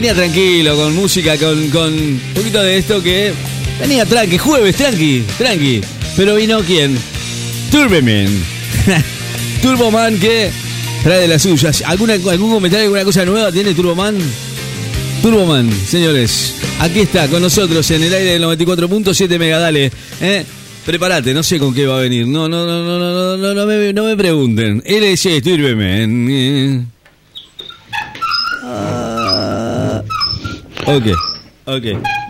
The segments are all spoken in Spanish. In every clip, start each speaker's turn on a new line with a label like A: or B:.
A: Venía tranquilo, con música, con, con un poquito de esto que. Venía tranqui, jueves, tranqui, tranqui. Pero vino quién? Turboman. Turboman que trae de las suyas. ¿Alguna, ¿Algún comentario, alguna cosa nueva tiene Turboman? Turboman, señores. Aquí está con nosotros en el aire del 94.7 Mega, dale. ¿eh? Prepárate, no sé con qué va a venir. No, no, no, no, no, no, no, no me, no me pregunten. Él es eh, Turboman. eh. Ok, ok.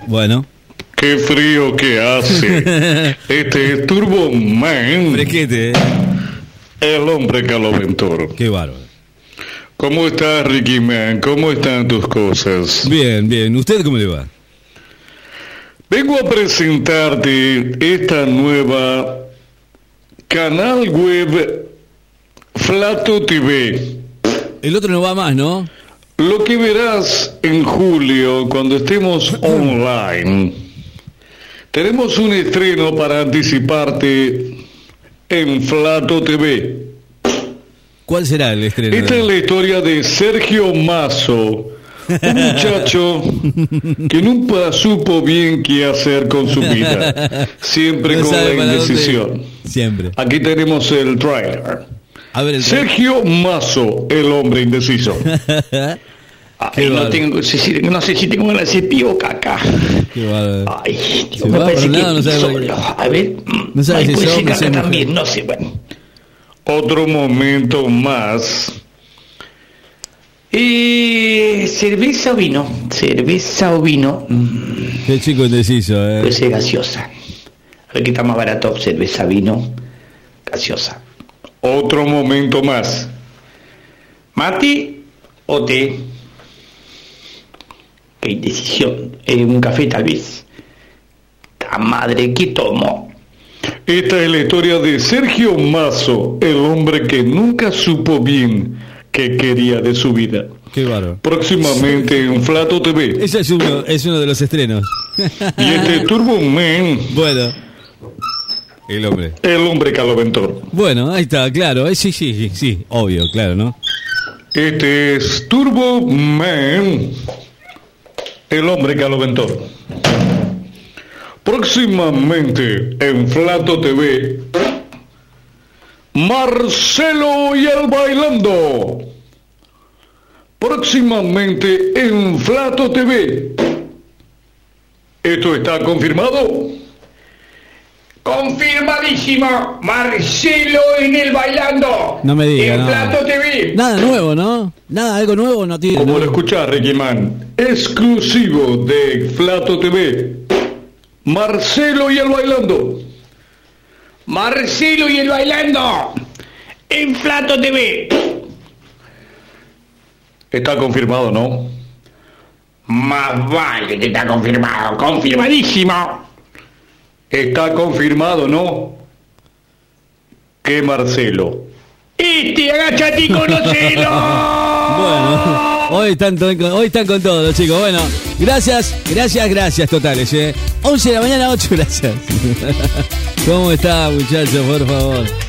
A: Bueno.
B: Qué frío que hace. Este es Turbo Man,
A: Fresquete, eh.
B: el hombre caloventor.
A: Qué bárbaro.
B: ¿Cómo estás, Ricky Man? ¿Cómo están tus cosas?
A: Bien, bien. ¿Usted cómo le va?
B: Vengo a presentarte esta nueva canal web Flato TV.
A: El otro no va más, ¿no?
B: Lo que verás en julio cuando estemos online. Tenemos un estreno para anticiparte en Flato TV.
A: ¿Cuál será el estreno?
B: Esta Este es la historia de Sergio Mazo, un muchacho que nunca supo bien qué hacer con su vida, siempre
A: No
B: con la
A: sabe para dónde
B: indecisión.
A: ir. Siempre.
B: Aquí tenemos el trailer.
A: A ver el
B: Sergio Mazo, el hombre indeciso.
C: Ay,
A: Qué
C: no,
A: bárbaro.
C: tengo, sé si- no sé si tengo ganas de hacer pío o caca.
A: Qué bárbaro.
C: Ay,
A: Se
C: Dios, me
A: va
C: parece
A: por
C: que
A: un lado, no sabe por qué.
C: solo. A ver, mm,
A: No sabe
C: ay,
A: si
C: puede
A: es
C: ser
A: hombre, si es
C: caca
A: mujer.
C: también, no sé, bueno.
B: Otro momento más.
C: Eh, cerveza o vino, cerveza o vino, mm,
A: Qué chico indeciso,
C: puede
A: ¿eh?
C: ser gaseosa. A ver qué está más barato, cerveza, vino, gaseosa.
B: Otro momento más.
C: ¿Mate o té? Qué indecisión, eh, un café tal vez. ¡Ta madre, ¿qué tomo?
B: Esta es la historia de Sergio Mazo, el hombre que nunca supo bien qué quería de su vida.
A: Qué bárbaro.
B: Próximamente en Flato TV.
A: Ese es uno, es uno de los estrenos.
B: Y este Turbo Man,
A: Bueno. El hombre.
B: el hombre caloventor.
A: Bueno, ahí está, claro. eh, Sí, sí, sí, sí. Obvio, claro, ¿no?
B: Este es Turbo Man, el hombre caloventor. Próximamente en Flato TV, Marcelo y el bailando. Próximamente en Flato TV. ¿Esto está confirmado?
D: Confirmadísimo, Marcelo en el bailando.
A: No me diga,
D: En
A: no.
D: Plato TV.
A: Nada nuevo, ¿no? Nada, algo nuevo no tiene.
B: Como
A: ¿no?
B: lo escuchás, Ricky Man, exclusivo de Flato TV. Marcelo y el bailando.
D: Marcelo y el bailando. En Plato TV.
B: Está confirmado, ¿no?
D: Más vale que está confirmado. Confirmadísimo.
B: Está confirmado, ¿no? Que Marcelo.
D: Este, agachate y conocelo.
A: Bueno, hoy están, to- hoy están con todos los chicos. Bueno, gracias, gracias, gracias totales. ¿eh? 11 de la mañana, 8, gracias. ¿Cómo está, muchachos? Por favor.